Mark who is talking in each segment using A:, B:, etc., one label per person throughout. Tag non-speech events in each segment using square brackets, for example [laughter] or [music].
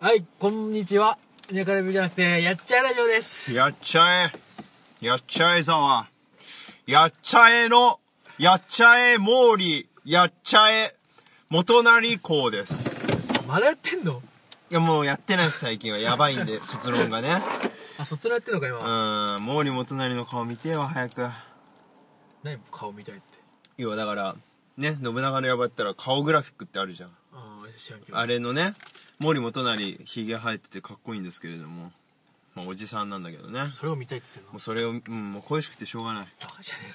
A: はい、こんにちは。ニャカレビじゃなくて、やっちゃえラジオです。
B: やっちゃえ。やっちゃえざわ。やっちゃえの、やっちゃえ毛利、やっちゃえ、元成校です。
A: まだやってんの
B: いや、もうやってないです、最近は。やばい
A: [laughs]
B: んで、卒論がね。
A: あ、そっちのやってんのか、
B: う
A: 今。
B: ん、毛利元成の顔見てよ、早く。
A: 何顔見たいって。
B: 要はだから、ね、信長の野望やったら顔グラフィックってあるじゃん。
A: あー知らんけど。
B: あれのね、毛利元成、髭生えててかっこいいんですけれども、まあ、おじさんなんだけどね。
A: それを見たいって言ってん
B: も
A: の
B: うそれを、うん、もう恋しくてしょうがない。
A: バカじゃねえの。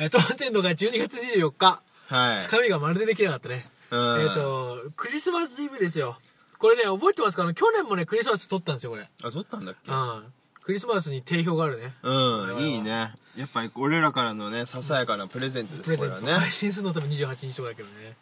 A: えー、当店のが12月24日。
B: はい。
A: つかみがまるでできなかったね。え
B: うん
A: っ、と、クリスマスイブですよ。これね、覚えてますかあの、去年もね、クリスマス撮ったんですよ、これ。
B: あ、撮ったんだっけ
A: うん。クリスマスに定評があるね。
B: うん、いいね。やっぱり俺らからのね、ささやかなプレゼントで
A: プ
B: す、
A: レ
B: こ
A: ゼ
B: れ
A: ン
B: は
A: ト。配
B: ね。
A: 信するの多分28日とかだけどね。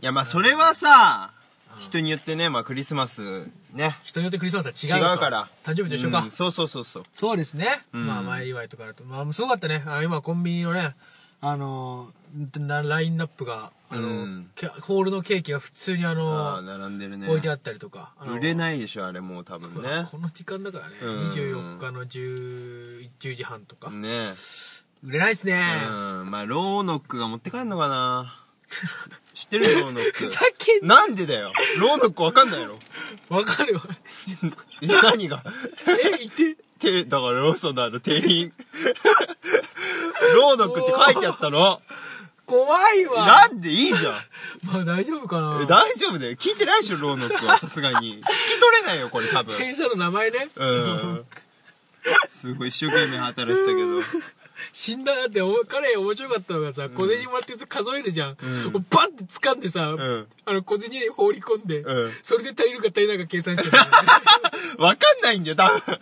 B: いや、まあそれはさ、
A: うん
B: 人によってね、まあクリスマス、ね。
A: 人によってクリスマスは違
B: 違
A: うと。
B: うから。
A: 誕生日と一緒か。
B: うんそうそうそうそう。
A: そうですね、
B: うん
A: まあ前祝いとかあるとまあすごかったねあの今コンビニのねあのなラインナップがあの、
B: うん
A: ケホールのケーキが普通にあの
B: ああ、並んでるね。
A: 置いてあったりとかあの
B: 売れないでしょ、あれもう多分
A: まあ
B: ね。
A: この時間だからね、
B: うん
A: 24日の 10, 10時半とか、
B: ね
A: 売れないですね、
B: うん。まあ、ローノックが持って帰るのか
A: [laughs]
B: な知ってるローノッ
A: ふ
B: ク
A: ざ。けんな
B: なんでだよローノックわかん
A: [laughs]
B: ないの
A: わかるわ
B: え何が
A: えいて
B: て、だからローソンのあの店
A: [laughs]
B: 員。ローノックって書いてあったの。
A: 怖いわ
B: なんでいい
A: [laughs]
B: じゃん。
A: まあ大丈夫か
B: え
A: な
B: 大丈夫だよ。聞いてないでしょ、ローノックは。さすがに。聞き取れないよ、これ多分。
A: 店員さんの名前ね
B: うん。すごい一生懸命働いてたけど。
A: 死んだなってお彼面白かったのがさ小銭もらって数えるじゃん、
B: うん
A: もうバンって掴んでさ、
B: ん
A: あの小銭に放り込んで、
B: うん
A: それで足りるか足りないか計算
B: [laughs]
A: してた
B: わかんないんだよ、多分。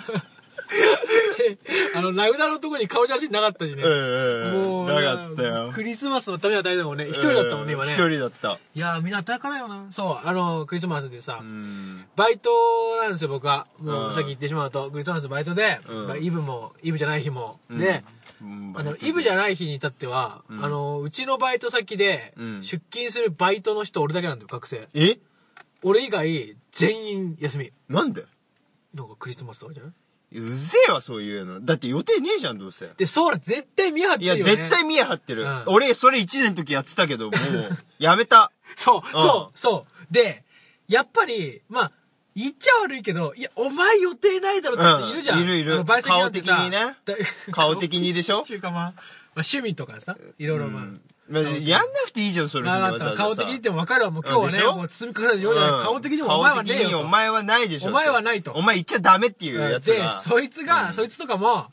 A: であの名札のとこに顔写真なかったしね、
B: うんうんうん。なかったよ。
A: クリスマスのためは誰でもね一人だったもんね、
B: う
A: 今ね
B: 一人だった。
A: いやーみんな働かないよなそうあのクリスマスでさ、
B: うん。
A: バイトなんですよ僕はもう
B: うん
A: さっき言ってしまうとクリスマスバイトで、
B: うん
A: まあイブもイブじゃない日も、であのイブじゃ
B: ない
A: ない日に至っては、
B: ん
A: あのうちのバイト先で、
B: うん
A: 出勤するバイトの人俺だけなんだよ学生
B: え
A: 俺以外全員休み
B: なんで
A: なんかクリスマスとかじゃないう
B: ぜえわ、そういうの。だって予定ねえじゃん、どうせ。
A: でそうだ絶対見張って
B: い
A: るよ、
B: や、
A: ね、
B: 絶対見え張ってる。
A: うん
B: 俺、それ1年の時やってたけど、もう、やめた。
A: そう、
B: うん
A: そうそうでやっぱりまあ言っちゃ悪いけどいやお前予定ないだろってやついるじゃん、
B: うんいるいる
A: あのバイト先なんてさ
B: 顔的にね
A: だ
B: [laughs] 顔的に
A: [laughs]
B: でしょ
A: 中華まあ、まあ、趣味とかさいろいろまあ、
B: うんまあやんなくていいじゃん、それ。
A: まあわかった顔的に言っても分かるわもう今日は
B: で
A: ね
B: しょ
A: もう包み隠さずようじゃない、
B: うん
A: 顔的にもお前はねえよ
B: 顔的に
A: と
B: お前はないでしょ。
A: お前はないと
B: お前言っちゃダメっていうやつ
A: で
B: が。
A: そいつが、
B: うん
A: そいつとかも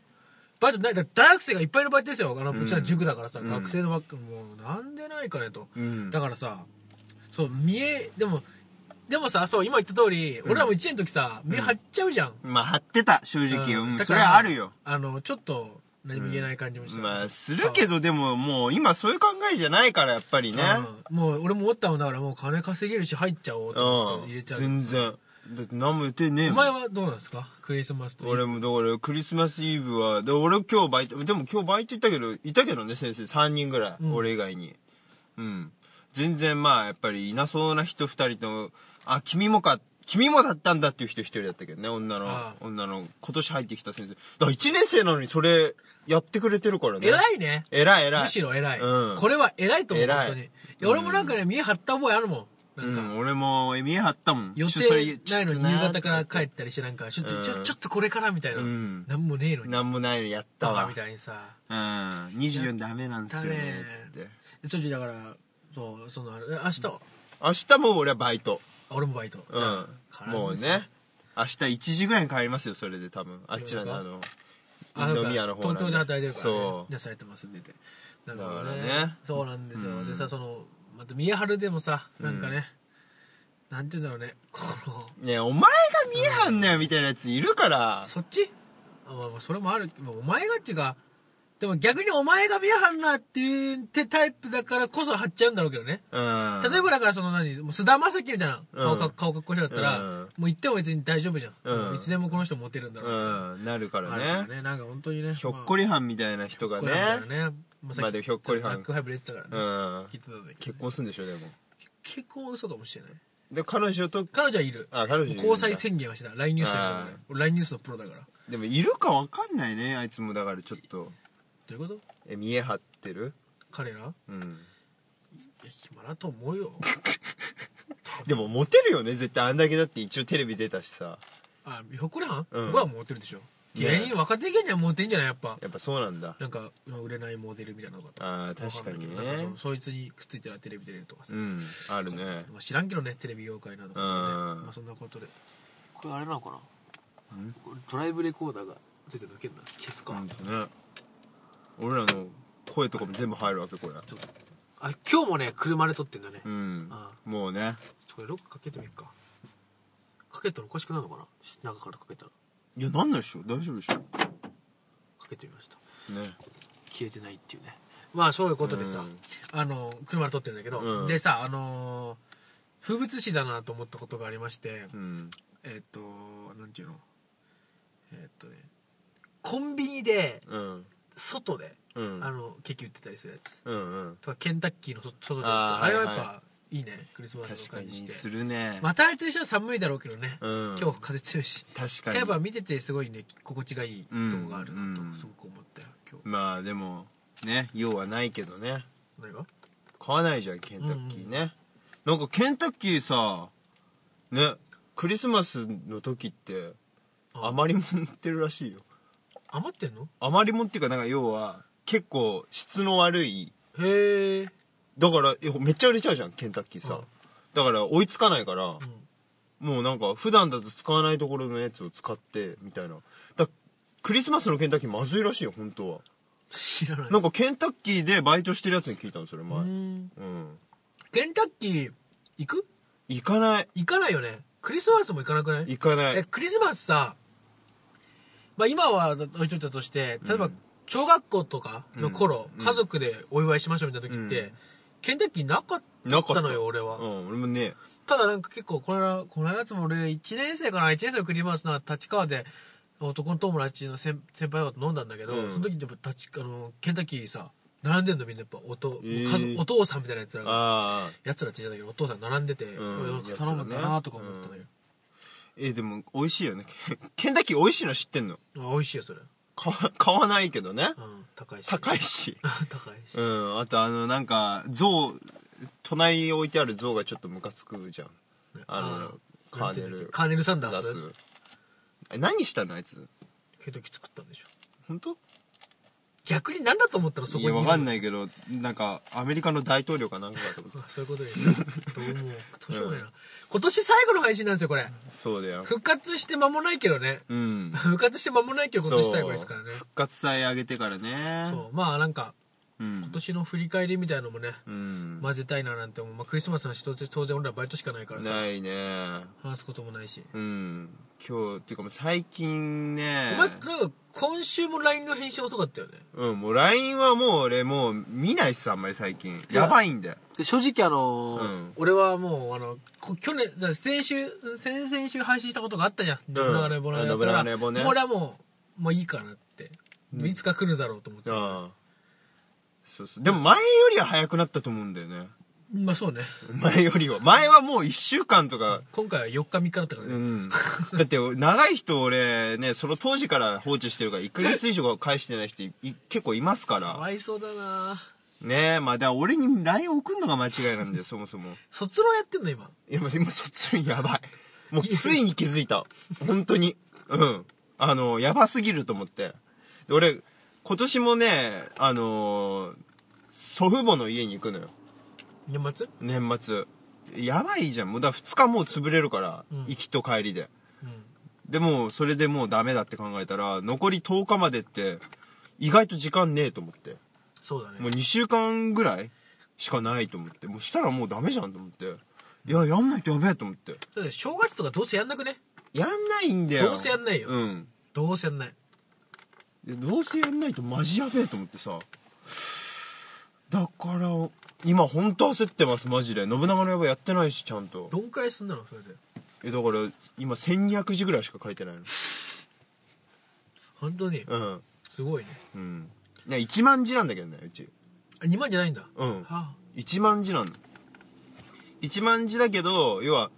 A: バイトないだから大学生がいっぱいいるバイトですよあの
B: ん
A: うちら塾だからさ、
B: うん
A: 学生のバッグもうなんでないかねと、
B: うん
A: だからさそう見えでもでもさそう今言った通り、俺らも1年の時さ見え張っちゃうじゃん、
B: まあ、張ってた、正直。
A: うん
B: うん
A: だか
B: それ
A: ら
B: はあるよ。
A: あのちょっと何も言えない感じもした、
B: まあ、するけど、でも、もう、今、そういう考えじゃないから、やっぱりね。
A: うんもう俺もおったもんだからもう金稼げるし入っちゃおうと思っ
B: う
A: て
B: ん
A: 入れ。ちゃう、
B: 全然。だって、何も言ってねえ
A: お
B: もん
A: 前はどうなんですかクリスマスと
B: 俺もだからクリスマスイブはで俺今日バイトでも今日バイト行ったけどいたけどね先生3人ぐらい、
A: うん
B: 俺以外にうん全然まあやっぱりいなそうな人2人ともあ君もか君もだったんだっていう人1人だったけどね女の
A: ああ
B: 女の今年入ってきた先生だから1年生なのにそれやってくれてるからね
A: 偉いね
B: 偉い偉い
A: むしろ偉い、
B: うん、
A: これは偉いと思う
B: 偉い
A: 本当にいや俺もなんかね、見え張った覚えあるもんなん
B: う
A: か、
B: ん、俺も見え張ったもん
A: 予
B: ちょそれ
A: 定ないの
B: ちょっと
A: に
B: な
A: 夕方から帰ったりしてなんかちょっと、
B: うん
A: ちょちょっとこれからみたいな、
B: う
A: なん
B: ん、
A: 何もねえのに
B: なんもないのやった
A: バカ
B: わ
A: みたいにさ
B: うん24ダメなんですよ
A: や
B: ね
A: ったね
B: つって
A: ちょっとだからそうそのあれえ明日は
B: 明日も俺はバイト
A: 俺もバイト、
B: う
A: だ
B: ん
A: から
B: もうね明日1時ぐらいに帰りますよそれで多分あっちらのあの
A: あそうか
B: 飲み屋の方なん
A: 東京で働いてるから、ね、
B: そ
A: じゃあ埼玉住んでてだ
B: だからね
A: そうなんですよ、
B: うん
A: でさそのまた宮春でもさなんかね、なんて言うんだろうねこの
B: うねえお前が見えはんねんみたいなやついるから
A: そっちあまあまあそれもあるまあお前がっていうかでも逆にお前が見張んなっていうてタイプだからこそ張っちゃうんだろうけどね、
B: うん
A: 例えばだからその何もう菅田将暉みたいな顔か,、
B: うん
A: 顔かっこいい人だったら、
B: うん
A: もう行っても別に大丈夫じゃん、
B: うん
A: もういつでもこの人モテるんだろう、
B: うんなるか
A: あるからら
B: ね
A: ねなんか本当にね
B: ひょっこ
A: り
B: りはんみたいな人が
A: だ
B: ね
A: ねまあさ
B: ま
A: っ
B: あ
A: き
B: でもひょっこりはん
A: タックハイブレてたからね、
B: うん
A: 聞いてたんだけど
B: 結婚すんでしょでも
A: 結婚は嘘かもしれない
B: で彼女と
A: 彼女はいる
B: あ彼女いるんだ
A: 交際宣言はしてた LINE ニュースだから
B: あー
A: 俺 LINE ニュースのプロだからど
B: でもいるかわかんないねあいつもだからちょっと
A: ういうこと
B: え見え張ってる
A: 彼らいや
B: うん
A: 暇だと思うよ
B: でもモテるよね絶対あんだけだって一応テレビ出たしさ
A: あひょっこりはん、
B: うん
A: 僕はモテるでしょ
B: ね
A: 芸人若手芸人はモテんじゃないやっぱ
B: やっぱそうなんだ
A: なんか売れないモデルみたいなのが
B: あー確かに
A: わんないけどなん
B: ね
A: かそそいつにくっついたらテレビ出れるとかさ、
B: うんあるね
A: まあ、知らんけどねテレビ業界などかね、
B: うん
A: まあ、そんなことでこれあれなのかなこれドライブレコーダーがついて抜けんな消すか、
B: ほん
A: ち
B: とね俺らの声とかも全部入るわけこれ
A: ょっとあ今日もね車で撮ってんだね、
B: うん
A: あ
B: もうね
A: これロックかけてみっかかけたらおかしくなるのかな中からかけたら
B: いやなんないでしょ大丈夫でしょ
A: かけてみました
B: ね
A: 消えてないっていうねまあそういうことでさ、
B: うん
A: あの車で撮ってるんだけど、
B: うん
A: でさあのー風物詩だなと思ったことがありまして、
B: うん
A: えっ、となんていうのえっ、とねコンビニで
B: うん
A: 外で、
B: うん
A: あのケーキ売ってたりするやつ
B: うんうん
A: とかケンタッキーの外外で
B: あ
A: あ
B: ー
A: あれはや
B: は
A: っ
B: い
A: ぱ、
B: はい
A: い、いねクリスマス
B: 確
A: の
B: か
A: 感じし
B: に
A: て
B: するね
A: 働いてる人は寒いだろうけどね、
B: うん
A: 今日風強いし
B: 確
A: やっ
B: か
A: ぱ
B: に
A: 見ててすごいね心地がいいとこがあるな
B: うんうん
A: とすごく思ったよ今日
B: まあでもね用はないけどね
A: 何が
B: 買わないじゃんケンタッキーね、なんかケンタッキーさねクリスマスの時って
A: あ
B: 余りもん売ってるらしいよ
A: 余ってんの
B: 余りもんっていうかなんか要は結構質の悪い
A: へえ
B: だからえめっちゃ売れちゃうじゃんケンタッキーさ、
A: うん
B: だから追いつかないから、もうなんか普段だと使わないところのやつを使ってみたいなだクリスマスのケンタッキーまずいらしいよ本当は
A: 知らない
B: なんかケンタッキーでバイトしてるやつに聞いたのそれ前
A: う
B: うん、
A: んケンタッキー行く
B: 行かない
A: 行かないよねクリスマスも行かなくない
B: 行かな
A: え
B: い
A: クリスマスさまあ今は置いといたとして例えば小学校とかの頃、
B: うん
A: 家族でお祝いしましょうみたいな時って、
B: うん
A: ケンタッキーなか
B: な
A: っ
B: かった
A: たのよ俺は、
B: うん俺もね
A: ただなんか結構この間この間つも俺1年生かな1年生のクリスマスな立川で男の友達の先先輩と飲んだんだけど、
B: うん
A: その時にやっぱ立ちあのケンタッキーさ並んでんのみんなやっぱおと、
B: えー
A: 家族お父さんみたいなやつらが
B: ああ
A: やつらって言ってたけどお父さん並んでて、
B: ん
A: なんか頼むんだなとか思ったんだけど、
B: えでも美味しいよね [laughs] ケンケンタッキー美味しいの知ってんの [laughs]
A: あ美味しいよそれ、
B: 買わ買わないけどね
A: うん、高いし
B: 高いし
A: [laughs] 高いし、
B: うんあとあのなんか像隣に置いてある像がちょっとムカつくじゃんあの
A: な
B: カ
A: ん
B: ー
A: ていう
B: ネ
A: んだっけ
B: ル
A: カーネル・サンダ
B: 出
A: ー
B: す
A: ス
B: え何したのあいつ
A: ケンタッキー作ったんでしょ
B: 本当
A: 逆に何だと思ったのそこ
B: い
A: にい
B: や
A: る
B: わかんないけどなんかアメリカの大統領かなんかだと思って
A: あそういうことでどうもどうしようもないな、今年最後の配信なんですよこれ [laughs]
B: そうだよ
A: 復活して間もないけどね [laughs]
B: うん
A: 復活して間もないけど今年最後ですからね
B: そう
A: そ
B: 復活祭あげてからね
A: うまあなんか
B: うん
A: 今年の振り返りみたいのもね
B: うん
A: 混ぜたいななんて思う、まあ、クリスマスの人って当然俺らバイトしかないからさ
B: ないね
A: 話すこともないし、
B: うん今日っていうかもう最近ね
A: お前なんか今週も LINE の返信遅かったよね
B: うんもう LINE はもう俺もう見ないっすあんまり最近やばいんで
A: で正直あのー
B: うん
A: 俺はもうあのこ去年じゃあ先週先々週配信したことがあったじゃん信長の野望のやつ
B: 信長の野望ね
A: もう俺はもうもういいかなって、いつか来るだろうと思ってた
B: ああそうそうでも前よりは早くなったと思うんだよね
A: まあそうね
B: 前よりは前はもう1週間とか
A: 今回は4日3日だったからね、
B: うん、だって長い人俺ねその当時から放置してるから1ヶ月以上返してない人いい結構いますか
A: からわいそうだな
B: ねえまあだから俺に LINE 送るのが間違いなんだよそもそも
A: 卒論やってんの今
B: いやもう今そっちのやばいもうついに気づ
A: [laughs]
B: いた本当にうんあのやばすぎると思ってで俺今年もねあのー祖父母の家に行くのよ
A: 年末
B: 年末やばいじゃんもうだ2日もう潰れるから、
A: うん
B: 行きと帰りで
A: うん
B: でもそれでもうダメだって考えたら残り10日までって意外と時間ねえと思って
A: そうだね
B: もう2週間ぐらいしかないと思ってもうしたらもうダメじゃんと思っていややんないとやべえと思って
A: だって正月とかどうせやんなくね
B: やんないんだよ
A: どうせやんないよ
B: うん
A: どうせやんない
B: でどうせやんないとマジやべえと思ってさだから今本当焦ってますマジで信長の野望やってないしちゃんと
A: どんくらいすんだろうそれで
B: えだから今1200字ぐらいしか書いてないの
A: 本当に
B: うん
A: すごいね
B: うんいや1万字なんだけどねうち
A: あ2万じゃないんだ、
B: うん
A: はあ
B: 1万字なの一万字だけど要は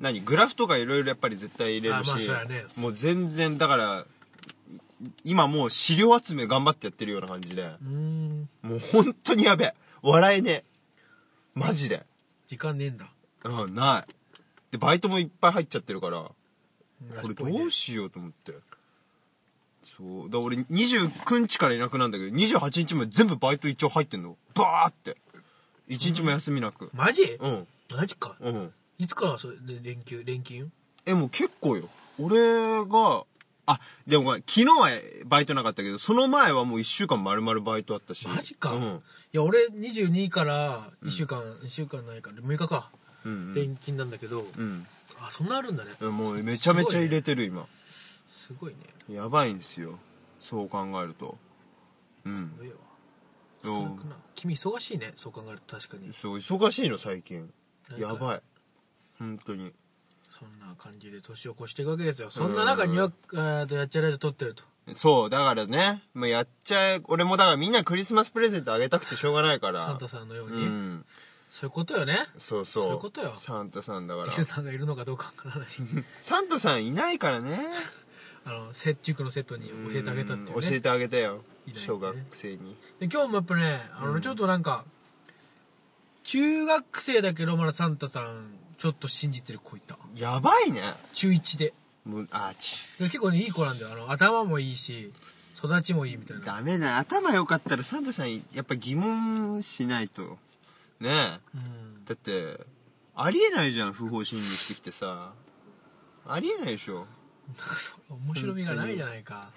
B: 何グラフとかいろいろやっぱり絶対入れるし
A: あまあそうやね
B: もう全然だからい今もう資料集め頑張ってやってるような感じで
A: うーん
B: もう本当にやべえ笑えねえマジで
A: 時間ねえんだ
B: うんないでバイトもいっぱい入っちゃってるからこれ
A: 村っぽいね
B: どうしようと思ってそうだ俺29日からいなくなんだけど28日まで全部バイト一応入ってんのバーって1日も休みなく
A: マジ
B: うん
A: マジか
B: うん
A: いつからそれで連休連勤
B: えもう結構よ俺があでもごめん昨日はバイトなかったけどその前はもう1週間丸々バイトあったし
A: マジか、
B: うん
A: いや俺22から1週間、1週間ないから6日か
B: うんうん
A: 連勤なんだけど、
B: うん
A: あそんなあるんだね
B: うんもうめちゃめちゃ入れてる今
A: すごいね
B: やばいんですよそう考えるとうん
A: 上は
B: お
A: 働くな君忙しいねそう考えると確かに
B: そう忙しいの最近
A: なんか
B: やばい本当に
A: そんな感じで年を越していくわけですよそんな中にやっとやっちゃらじと撮ってると
B: そうだからねもうやっちゃえ俺もだからみんなクリスマスプレゼントあげたくてしょうがないから
A: サンタさんのよう
B: う
A: に、
B: ん
A: そういうことよね
B: そうそう
A: そういうことよ
B: サンタさんだから
A: [laughs] リスナーがいるのかどうかわからない
B: サンタさんいないからね
A: あのせ塾のセットに教えてあげたっていううん
B: 教え
A: ね
B: てあげたよ
A: いないんでね
B: 小学生に
A: で今日もやっぱねあのちょっとなんか、中学生だけどまだサンタさんちょっと信じてる子いた
B: やばいね
A: 中1で
B: もうあち
A: で結構ねいい子なんだよあの頭もいいし育ちもいいみたいな
B: ダメだ頭良かったらサンタさんやっぱ疑問しないとねえ
A: うん
B: だってありえないじゃん不法侵入してきてさありえないでしょ
A: なんかそれ面白みがないじゃないか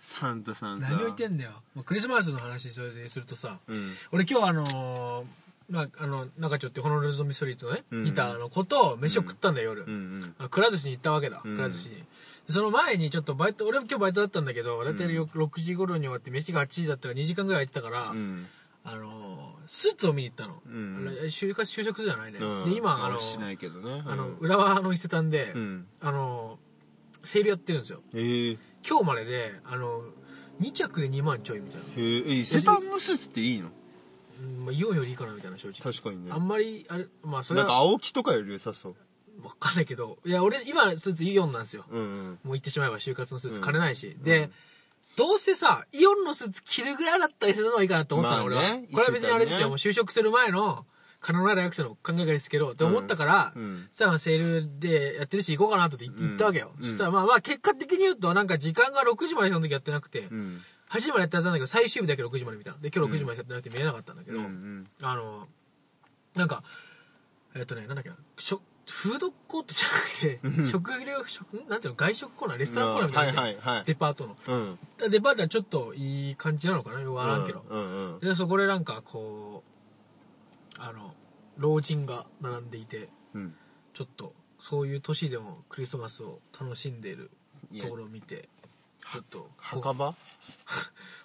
B: サンタさんさ
A: 何を言ってんだよもうクリスマスの話それでするとさ
B: うん
A: 俺今日あのーまあ、あの中町ってホノルルゾンビストリートのね、
B: うん
A: ギターの子と飯を食ったんだよ、夜、
B: うんうん
A: あのくら寿司に行ったわけだ、
B: うん
A: くら寿司にでその前にちょっとバイト俺も今日バイトだったんだけど大体
B: うん
A: 6時頃に終わって飯が8時だったから2時間ぐらい空いてたから、
B: うん
A: あのースーツを見に行ったの、
B: うん
A: あれ就活就職するじゃないね、
B: うん
A: で今あの
B: 俺しないけどね
A: あの
B: うん
A: 浦和の伊勢丹で、
B: うん
A: あのーセールやってるんですよ
B: へえへ
A: 今日までであの2着で2万ちょいみたいな、
B: ええ伊勢丹のスーツっていいの
A: うんまあ、イオンよりいいかなみたいな正直
B: 確かにね
A: あんまりあれまあそれ
B: なんか
A: は
B: 青木とかより良さそう
A: 分かんないけどいや俺今スーツイオンなんですよ
B: うんうん
A: もう言ってしまえば就活のスーツ
B: うん
A: 金ないし、
B: う
A: で
B: ん
A: どうせさイオンのスーツ着るぐらいだったら伊勢丹の方がいいかなと思ったの、
B: まあね
A: 俺はこれは別にあれです
B: 伊勢丹
A: よ、
B: ね
A: もう就職する前の金のない大学生の考えがですけどって思ったから、
B: うん
A: さあセールでやってるし行こうかなと思って行ったわけよ、
B: うん
A: そしたらまあまあ結果的に言うとなんか時間が6時までその時やってなくて、
B: うん
A: 8時までやったはずなんだけど最終日だけ6時までみたいなで今日6時までやってなくて見えなかったんだけ
B: うん
A: ど、
B: うん
A: あのなんかえっ、とねなんだっけなしょフードコートじゃなく
B: うん
A: て食料食なんていうの外食コーナーレストランコーナーみた
B: はいい
A: なのやってて、
B: はいはい
A: デパートの
B: うん
A: だデパートはちょっといい感じなのかなよくわからんけど、
B: うんうん
A: でそこでなんかこうあの老人が並んでいて
B: うん
A: ちょっとそういう年でもクリスマスを楽しんでいる
B: いや
A: ところを見てちょっとほ
B: 墓場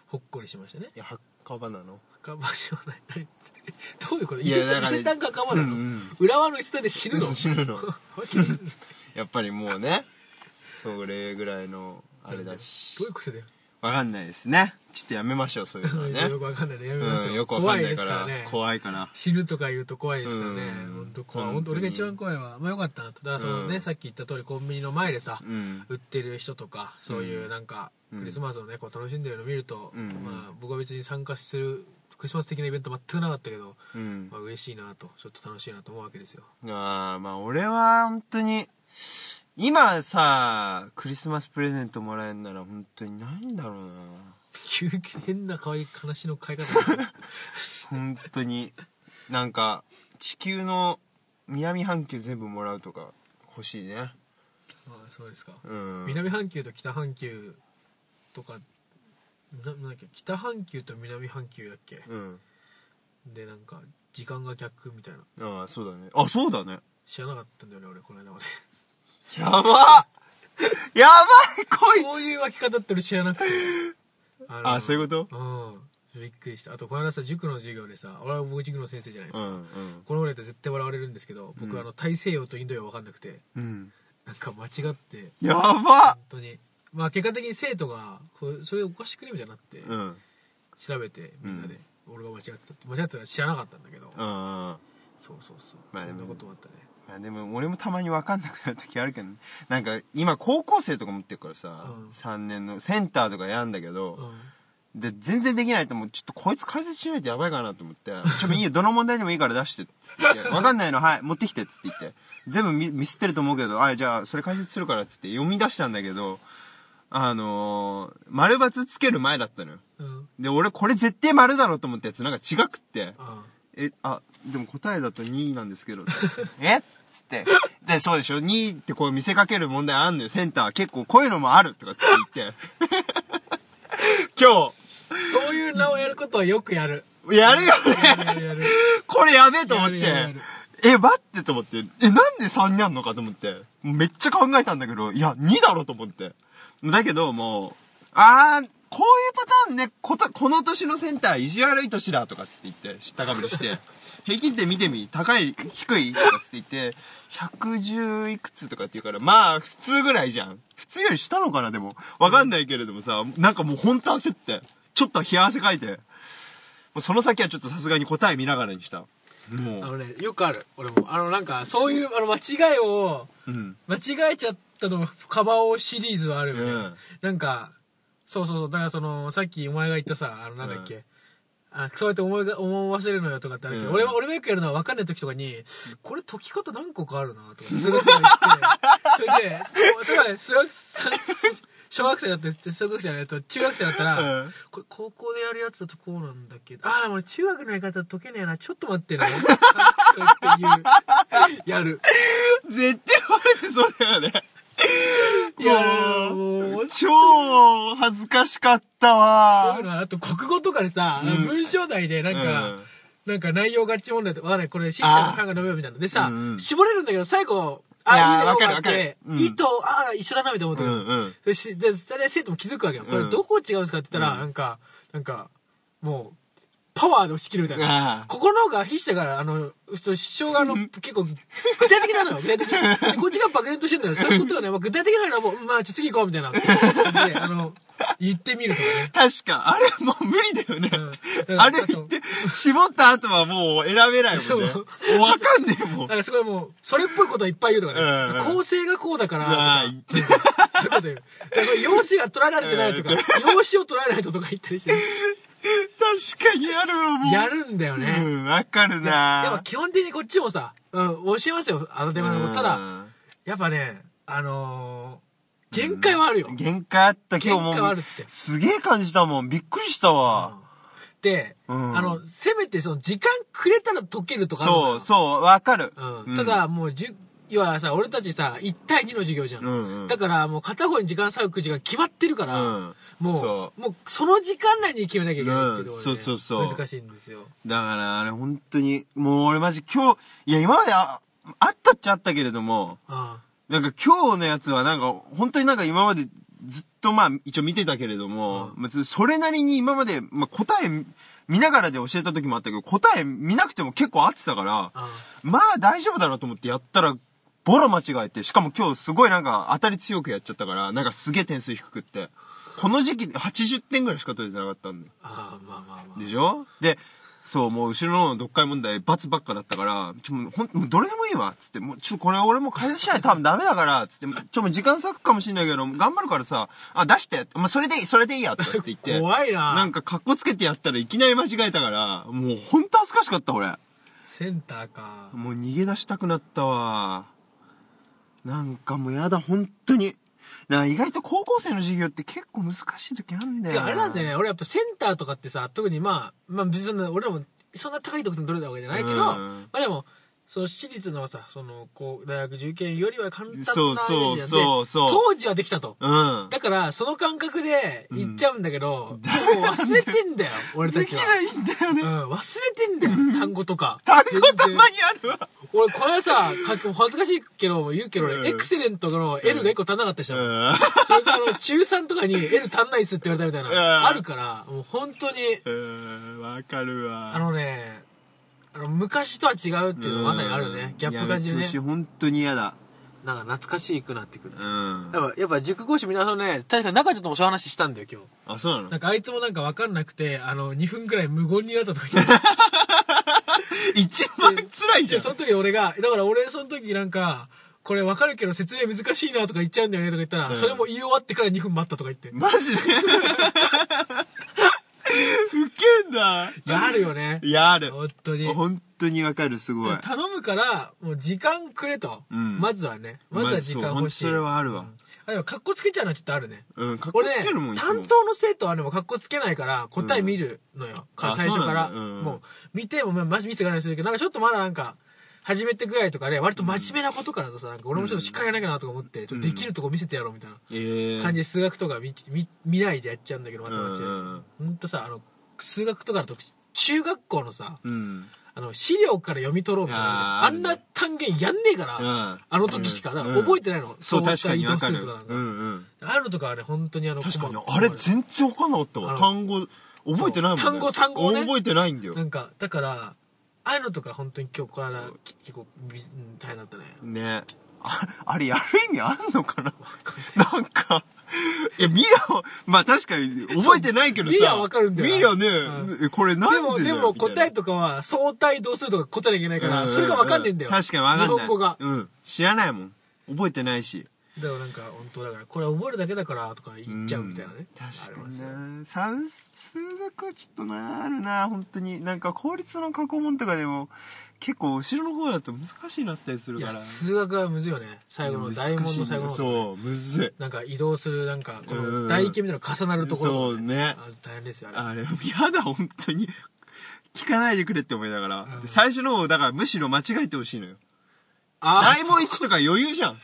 A: ほっこりしましたね
B: いや墓場なの
A: 頑張しようない [laughs] どういうこと
B: い
A: 伊
B: や
A: 勢
B: なん
A: 伊
B: かね
A: 勢丹か頑張るの、
B: うんうん
A: 浦和の伊勢丹で死ぬの
B: 死ぬの
A: わけわかんない
B: [laughs] やっぱりもうねそれぐらいのあれだし
A: どういうことだよ。
B: わかんないですねちょっとやめましょうそういうのはね
A: [laughs] よくわかんないでやめましょ
B: う
A: う。
B: んよくわかんな
A: 怖いで
B: いから
A: すからね。
B: 怖いから
A: 死ぬとか言うと怖いですからね
B: う。ん
A: 本当怖い。
B: 本当に
A: 本当俺が一番怖いわ。まあよかったなと。だからその
B: う
A: ね、
B: ん
A: さっき言った通りコンビニの前でさ
B: う、ん
A: 売ってる人とか、そういうなんか、
B: うん
A: クリスマスをね、こう楽しんでるの見ると、
B: うん
A: まあ僕は別に参加する、クリスマス的なイベント全くなかったけど、
B: うん
A: まあ嬉しいなと、ちょっと楽しいなと思うわけです
B: [laughs]
A: よ。
B: あーまあ俺は本当に今さクリスマスプレゼントもらえるなら本当にないんだろうな
A: 急に変な可愛い話の買い
B: [laughs]
A: 方だ
B: 本当になんか地球の南半球全部もらうとか欲しいね
A: あそうですか。
B: うん
A: 南半球と北半球とかななんだっけ北半球と南半球だっけ、
B: うん
A: でなんか時間が逆みたいな
B: ああそうだねあそうだね
A: 知らなかったんだよね俺この間
B: [laughs]
A: まで
B: やばやばいこいつ
A: そういう分け方って俺知らなく
B: [laughs]
A: てあ
B: あそういうこと
A: とうんびっくりしたあとこの間さ塾の授業でさ俺は僕塾の先生じゃないです
B: う
A: か、
B: ん
A: この俺って絶対笑われるんですけど僕はあの大西洋とインド洋分かんなくて
B: うんうん
A: なんか間違って
B: やば
A: 本当にまあ結果的に生徒がこれそれおかしくねみたいになって、
B: うん
A: 調べてみんなで、俺が間違ってたって間違ってたら知らなかったんだけど、
B: うん
A: そうそうそう
B: まあで
A: そ
B: も
A: んなこともあったね
B: まあでも俺もたまに分かんなくなる時あるけどねなんか今高校生とか持ってるからさ、
A: うん
B: 3年のセンターとかやんだけ
A: う
B: ど、
A: ん
B: で全然できないともうちょっとこいつ解説しないとやばいかなと思って「ちょっといいよどの問題でもいいから出して」っつって言って「分かんないのはい持ってきて」っつって言って全部ミミスってると思うけど「あじゃあそれ解説するから」っつって読み出したんだけどあのー、丸×つける前だったのよ
A: うん
B: で俺これ絶対丸だろうと思ったやつなんか違くって
A: あ
B: え、あ、でも答えだと2位なんですけど。えっつって。で、そうでしょ ?2 位ってこう見せかける問題あんのよ。センター結構こういうのもあるとかつって言って。今
A: そういう名をやることはよくやる
B: 日、やるよ
A: やるや
B: ね [laughs]
A: るやる
B: これやべえと思って
A: やるやる。
B: え、待ってと思って。え、なんで3にあんのかと思って。めっちゃ考えたんだけど、いや、2だろと思って。だけど、もう、あー、こういうパターンね、こと、この年のセンター意地悪い年だとかつって言って、知ったかぶ
A: [laughs]
B: りして、平均点見てみ、高い、低いとかつって言って、110いくつとかって言うから、まあ、普通ぐらいじゃん。普通より下のかな、でも。わかんないけれどもさ、なんかもう本当焦って、ちょっと冷や汗かいて、もうその先はちょっとさすがに答え見ながらにした。もう。
A: あのねよくある俺もあのなんかそういうあの間違いを
B: うん。
A: 間違えちゃったのカバオシリーズはあるよね、
B: うん
A: なんかそうそうそうだからそのさっきお前が言ったさあのなんだっけ、あそうやって思いが思わせるのよとかってあるけど、
B: うん
A: 俺は俺がよくやるのは分かんない時とかにこれ解き方何個かあるなとかすごいこと言ってそれでこう例えばね小学生小学生だって小学生じゃないと中学生だったら、
B: うん
A: これ高校でやるやつだとこうなんだっけどああ俺中学のやり方解けねえなちょっと待ってねっていうやる
B: 絶対バレてそうだよね。
A: いやもう
B: 超恥ずかしかった
A: そう
B: わ
A: いう。のはあと国語とかでさ、
B: うん
A: 文章内でなんか、なんか内容合致問題とか、わかんない、これ、システムの単価述べようみたいなのでさ、
B: うんうん
A: 絞れるんだけど、最後、
B: いや
A: あ、
B: ー
A: いいね、
B: わかる
A: よかって、
B: わかるうん
A: いいと、ああ、一緒だな、みたいな思った
B: う
A: けど、
B: んうん。
A: でしで、それで生徒も気づくわけよ。こ
B: う
A: れ、
B: ん
A: どこ違うんですかって言ったら、
B: うん
A: なんか、なんか、もう、パワーで押し切るみたいな。
B: あ
A: ここの方が筆者が、あの、主張が、あの、結構、具体的なのよ、具体的に。で、こっちが漠然としてんだよ。そういうことよね。まあ、具体的なのはもう、まあ、ちょ次行こう、みたいな。で、あの、言ってみるとかね。
B: あ確か、あれもう無理だよね。
A: うん
B: あれ言って、絞った後はもう選べない
A: そ
B: もん
A: う
B: ね。わかんねえも
A: [laughs]
B: ん
A: なん。かすごいもう、それっぽいこといっぱい言うとかね。
B: うんうん
A: 構成がこうだから
B: あ
A: とか、そういうこと言う。だから用紙が捉えられてないとか
B: うん、
A: 用紙を捉えないととか言ったりして、
B: 確かにやるわ、もう。
A: やるんだよ
B: う
A: ね。
B: ん、わかる
A: ででも
B: な
A: 基本的にこっちもさ、うん、教えますよ、あの電話でも。ただ、やっぱね、あのー、限界はあるよ
B: うん。限界あった、今
A: 限
B: 日
A: 界は
B: も
A: あ
B: う
A: るって。
B: すげえ感じたもん。びっくりしたわ。
A: で、
B: うん
A: あの、せめてその時間くれたら解けるとかあるの
B: そ
A: よ
B: う、そう、わかる。
A: う、
B: うんん
A: ただもうじゅ要はさ俺たちさ1対2の授業じゃん、
B: うんうん
A: だからもう片方に時間割く時間決まってるから、
B: うん
A: も
B: そう
A: もうその時間内に決めなきゃいけないっていうところがね、
B: うんそうそうそう
A: 難しいんですよ
B: だからあれ本当に、もう俺マジ今日、いや今までああったっちゃあったけれども、
A: あ
B: なんか今日のやつはなんか本当になんか今までずっとまあ一応見てたけれども、
A: う
B: まあそれなりに今まで、まあ、答え見ながらで教えた時もあったけど、答え見なくても結構合ってたから、
A: あ
B: まあ大丈夫だろうと思ってやったら、ボロ間違えて、しかも今日すごいなんか当たり強くやっちゃったから、なんかすげえ点数低くって。この時期80点ぐらいしか取れてなかったんで。
A: ああまあまあまあ
B: でしょで、そう、もう後ろの読解問題罰ばっかだったから、ちょ、もうほん、もうどれでもいいわ、つって、もう、ちょ、これ俺も解説しないと多分ダメだから、つって、ちょ、もう時間割くかもしんないけど、頑張るからさ、あ、出して、まあ、それでいい、それでいいや、とかって言っ
A: [laughs]
B: て。
A: 怖いな
B: なんか、格好つけてやったらいきなり間違えたから、もうほんと恥ずかしかった、俺。
A: センターか
B: もう逃げ出したくなったわ。なんかもうやだ、本当に。なんか意外と高校生の授業って結構難しい時あんだ
A: て
B: よ
A: かあれなんだよね俺やっぱセンターとかってさ特にまあまあ別にそんな俺らもそんな高い得点取れたわけじゃないけど、
B: うん
A: まあでもその私立のさそのこう大学受験よりは簡単なイメージなんで
B: そうそうそうそう
A: 当時はできたと
B: うん。
A: だから、その感覚で行っちゃうんだけど、もう忘れてんだよ、俺た
B: で
A: ち
B: き [laughs]
A: は。
B: ないんだよね
A: う。ん、忘れてんだよ、単語とか。
B: 単語た
A: 全
B: ま
A: 然
B: にあるわ。
A: 俺、これさ、か恥ずかしいけど、言うけど
B: う
A: 俺、
B: ん
A: エクセレントの L が一個足んなかったじゃん。
B: う
A: それから俺中3とかに L 足んないっすって言われたみたい
B: うん
A: な。あるから、もう本当に、
B: ん。わかるわ。
A: あのね、あの昔とは違うっていうのがまさにあるね。ギャップ感じるね
B: やめてほし。い本当に嫌だ。
A: なんか懐かしくなってくる
B: う。ん。
A: やっぱ、やっぱ塾講師皆さんね、確か中ちょっともそういう話したんだよ、今日。
B: あ、そうなの
A: なんかあいつもなんかわかんなくて、あの、2分くらい無言になった時に。
B: 一番辛いじ
A: で
B: ゃん
A: そ。の時俺がだから俺その時なんかこれ分かるけど説明難しいなとか言っちゃうんだよねとか言ったら、
B: うん
A: それも言い終わってから2分待ったとか言って、
B: マジで [laughs] ウケんだ。
A: いやあるよね
B: いや、ある。
A: 本当に
B: 本当にわかる、すごい。
A: 頼むからもう時間くれと、
B: うん
A: まずはねまずは時間
B: まあそう
A: 欲しい
B: 本当それはあるわ。
A: あでもかっこつけちゃうのはちょっとあるね
B: うん、かっこ
A: 俺
B: つけるも
A: ね
B: ん、いつも
A: 担当の生徒はねもうかっこつけないから答え見るのよ、か
B: あ
A: 最初から、
B: そうなんだうん
A: もう見てもまあマジ見せてかないするけどなんかちょっとまだなんか始めてぐらいとかで割と真面目なことからとさなんか俺もちょっとしっかりやらなきゃなとか思って、ちょっとできるとこ見せてやろうみたいな
B: ええ
A: 感じで数学とか見見見ないでやっちゃうんだけどまたまち
B: うんうんうん
A: ほんとさあの数学とかの特徴中学校のさ
B: うん。
A: あの資料から読み取ろうみたいな
B: あー
A: あんな単元やんねえから、
B: うん
A: あの時しか,、
B: うん
A: 覚えてないの、
B: そう、確かにわ
A: 分
B: かる。
A: とかなんか、
B: うんうん。
A: あるのとかはね本当にあの
B: 確かに
A: 細、か
B: あ
A: い
B: れ全然わかんなかった
A: あ
B: わ。
A: の
B: 単語、覚えてないもんね。
A: そう単語単語をね
B: 覚えてないんだよ
A: な。んかだからああいうのとか本当に今日この間き結構ビスうん大変だったね
B: ねああれやる意味あんのかな
A: か
B: なんか、いや、ミラを、まあ確かに覚えてないけどさ。
A: そうミラわかるんだよ
B: ミラね、
A: う
B: これなん
A: で
B: で
A: も
B: だ
A: で
B: よ
A: も
B: みたいな
A: 答えとかは相対同数とか答えなきゃいけないか
B: う
A: ら
B: うう
A: それが分かんねえんだよ
B: 確かに分かんない。
A: 日本語が
B: うん。知らないもん。覚えてないし。
A: だからなんか本当だからこれ覚えるだけだからとか言っちゃうみたいなね
B: うん確
A: あり
B: か
A: ます
B: に
A: ね
B: な算数学はちょっとなあるな本当になんか公立の過去問とかでも結構後ろの方だと難しいなったりする
A: い
B: か
A: や
B: ら
A: 数学はむずいよね最後の大
B: 難
A: 問
B: しい
A: の
B: んだ
A: 最後
B: よ
A: の方
B: そうむずい
A: なんか移動するなんかこ
B: うん
A: の台形みたいなの重なるところとか
B: そうね
A: あ大変ですよあれ
B: あれ嫌だ本当に聞かないでくれって思いながら、
A: うん
B: で最初の方だからむしろ間違えてほしいのよ
A: あ
B: 大問1とか余裕じゃん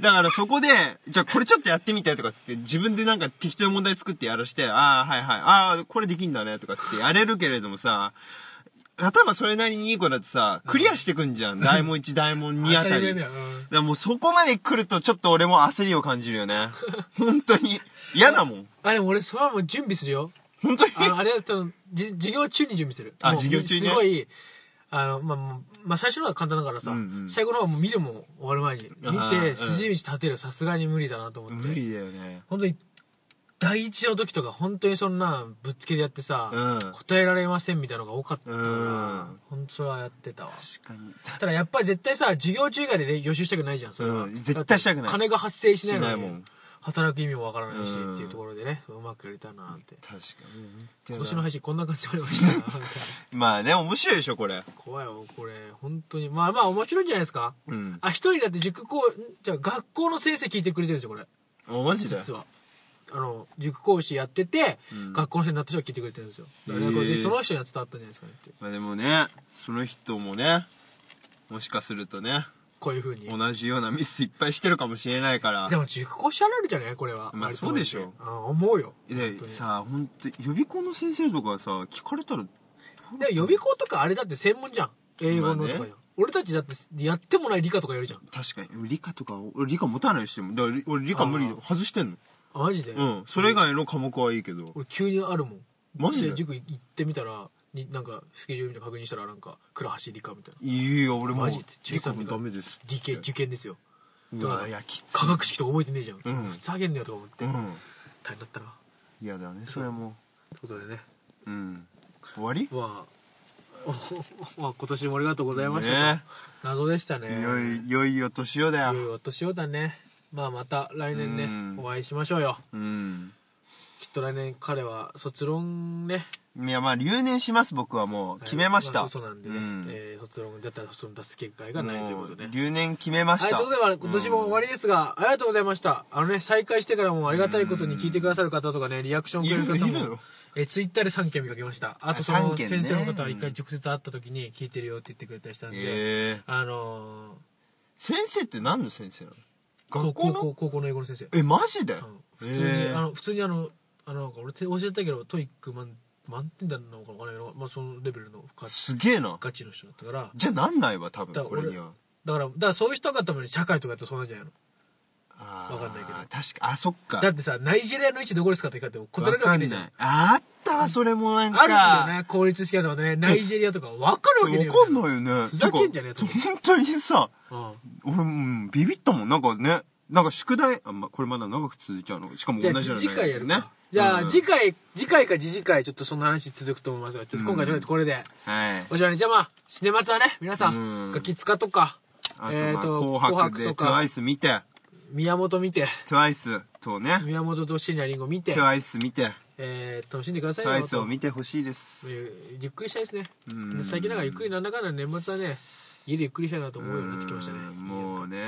B: だからそこで、じゃあこれちょっとやってみたいとかっつって、自分でなんか適当に問題作ってやらして、ああ、はいはい、ああ、これできんだねとかっつってやれるけれどもさ、頭それなりにいい子だとさ、クリアしてくんじゃん。大問1、大問2あ
A: 当
B: た
A: た
B: り。
A: り前
B: だ
A: だ
B: か
A: ようん
B: らもうそこまで来るとちょっと俺も焦りを感じるよね。本当に。嫌だもん。
A: あでも俺それはもう準備するよ
B: 本当に。
A: あの、あれはその、じ、授業中に準備する。
B: あ
A: もう
B: 授業中にね
A: すごい、あの、まあ、もうまあ、最初のは簡単だからさ、
B: うんうん
A: 最後の方はもう見るも終わる前に、
B: あ
A: 見
B: ーう
A: て、
B: ん
A: 筋道立てる、さすがに無理だなと思って。
B: 無理だよね。
A: 本当に、第一の時とか本当にそんな、ぶっつけでやってさ、
B: うん
A: 答えられませんみたいなのが多かったから、
B: うん
A: 本当それはやってたわ。
B: 確かに。
A: ただやっぱり絶対さ、授業中以外で、ね、予習したくないじゃん、それは。
B: うん絶対した
A: だ
B: くない
A: って金が発生しないの
B: し
A: に
B: ないもん
A: 働く意味もわからないし、
B: うん
A: っていうところでね、うまくやりたいなって。
B: 確か
A: 今
B: に。
A: 年の配信こんな感じになりま
B: [laughs]
A: した
B: まあね、面白いでしょ、これ。
A: 怖いよこれ本当にまあまあ面白いんじゃないですか
B: うん。
A: あ一人だって塾講じゃあ学校の先生聞いてくれてるんですよこれ
B: お、マジで
A: 実はあの塾講師やってて、
B: うん
A: 学校の先生になった人が聞いてくれてるんですよだから、
B: へえ
A: これでその人には伝わったんじゃないですかねって
B: まあでもね、その人もね、もしかするとね、
A: こういうふうに
B: 同じようなミスいっぱいしてるかもしれないから
A: で。も塾講師あるあるじゃないこれは
B: まあ
A: 割と
B: そうでしょ
A: うん思うよ本当
B: で、
A: に
B: さあ、ほんと、予備校の先生とかさ、聞かれたら、
A: でも予備校とかあれだって専門じゃん英語のとかじゃん、
B: まあね
A: 俺たちだってやってもない理科とかやるじゃん
B: 確かに、理科とか、俺理科持たないしても、だから俺理科無理
A: あー
B: 外してんの。
A: あマジで
B: うん、それ以外の科目はいいけど。
A: 俺急にあるもん
B: マジで
A: 塾行ってみたらになんかスケジュールみたいなの確認したらなんか倉橋理科みたいない
B: や、俺もう
A: マジで中
B: 理科
A: 三
B: もダメです。
A: 理系受験ですよ
B: う
A: だか
B: わ、
A: ら
B: いや、きつい。
A: 化学式とか覚えてねえじゃん、
B: うん
A: ふざけんなよとか思って、
B: う
A: 大
B: ん。
A: 変だったなっ
B: 嫌だね、それも。
A: てことでね
B: うん。終わり
A: まあ [laughs] おまあ今年もありがとうございました、
B: ね
A: 謎でしたね
B: いよい、よいよ年をだ
A: いよい
B: よ。
A: よお年をだねまあまた来年
B: うん
A: ねお会いしましょうよ
B: うん。
A: きっと来年彼は卒論ね
B: いやまあ留年します僕はもう決めました、
A: あ嘘なんでね、
B: うん
A: えー卒論だったら卒論出す機会がないということで
B: も
A: ね
B: う留年決めまし
A: はい、
B: た
A: ということで、まあ今年も終わりですが、ありがとうございました。あのね、再開してからもありがたいことに聞いてくださる方とかね、リアクションくれる
B: いる
A: 方
B: いる
A: も
B: よ、
A: えー、ツイッターで3件見かけました。あと、そ
B: あ3
A: の
B: 件
A: 先
B: ね
A: 生の方は一回直接会った時に聞いてるよって言ってくれたりしたんで、
B: ええ
A: あの
B: 先生って何の先生なの
A: ー、
B: 学
A: 高
B: 校の
A: 高高校の英語の先生。
B: えマジで、
A: うん普
B: え
A: 通に、あの、普通にあの、あの、俺て教えてたけど、トイック満満点なのかわからないけど、まあ、そのレベルのガ
B: え
A: チ
B: すげえな
A: ガチの人だったから、
B: じゃあなんないわ多
A: だ
B: 分
A: か
B: こ
A: ら俺
B: れには
A: だから、だからそういう人が多分社会とかやったらそうなんじゃないの
B: あー
A: わかんないけど
B: 確かあそっか
A: だってさ、ナイジェリアの位置どこですかって聞かれても答えられるわけ
B: わか
A: ねえ
B: ん
A: じゃん
B: ない。あったわそれもなんか
A: あるんだよね、公立試験とかね、ナイジェリアとか分かるわけねえ
B: わかんない
A: い。
B: よね
A: ふざけんじゃねえ
B: てか本当にさ
A: うん。
B: 俺もうビビったもんなんかねなんか宿題、あ、ま、これまだ長く続いちゃうのしかも
A: じゃ
B: 同
A: あ
B: じような
A: 次回やるか、
B: ね。
A: じゃあ、
B: うん
A: 次回次回か次次回ちょっとその話続くと思いますがちょっと今回とりあえずこれで、
B: はい。
A: おしまいにじゃあまあシネマツはね皆さ
B: うん
A: んガキツカとか
B: あと、まあ
A: えーと
B: 紅
A: 紅
B: 白
A: 白
B: で
A: とか
B: TWICE 見て、
A: 宮本見て
B: TWICE とね、
A: 宮本と椎名林檎見て、
B: TWICE 見て、
A: えー、楽しんでくださいよ
B: TWICE を
A: と
B: 見てほしいです。
A: ゆゆっくりしたいですね
B: うん
A: 最近だからゆっくりなんだかんだ年末はね家でゆっくりしたいなと思うようになってきましたね
B: うんもうね、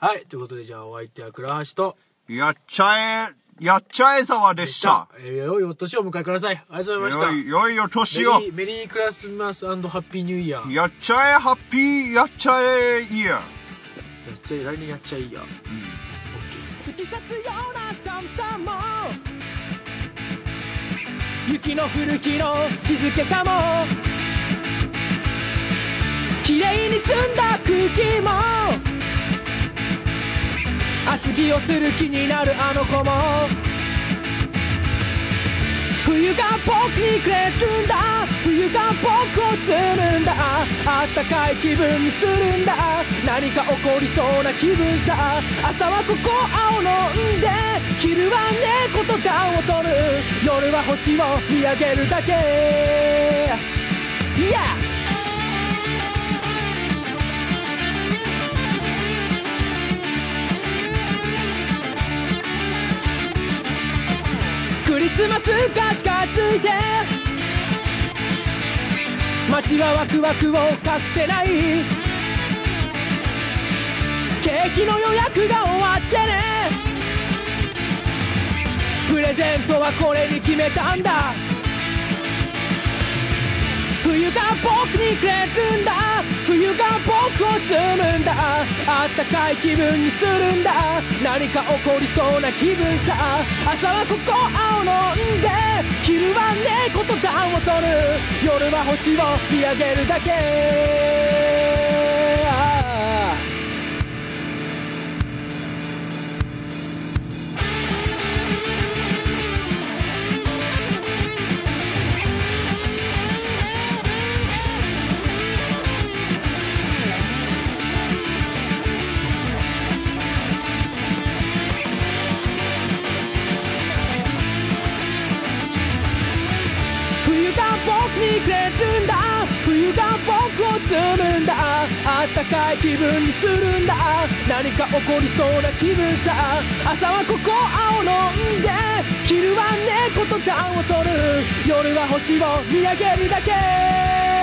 A: はいということでじゃあお相手は倉橋と
B: やっちゃえ、やっちゃえ沢でした。
A: えー良いお年をお迎えくださいありがとうございました
B: よい、よいよ年
A: メ
B: を
A: リ。ーメリークラスマスハッピーニューイヤーや
B: やっちゃえ、ハッピー、やっちゃえ、イヤー。
A: っちゃい来年やっちゃいいや
B: うん
C: 突き刺すような寒さも雪の降る日の静けさも綺麗に澄んだ空気も厚着をする気になるあの子も冬が僕にくれるんだ冬が僕をつるんだあったかい気分にするんだ何か起こりそうな気分さ朝はここ青飲んで昼は猫と暖を取る夜は星を見上げるだけ Yeah! クリスマスが近づいて街はワクワクを隠せないケーキの予約が終わってねプレゼントはこれに決めたんだ冬が僕にくれるんだ冬が僕を積むんだあったかい気分にするんだ何か起こりそうな気分さ朝はここ青飲んで昼は猫と暖を取る夜は星を見上げるだけ冬が僕にくれるんだ冬が僕を積むんだあったかい気分にするんだ何か起こりそうな気分さ朝はここ青飲んで昼は猫と暖を取る夜は星を見上げるだけ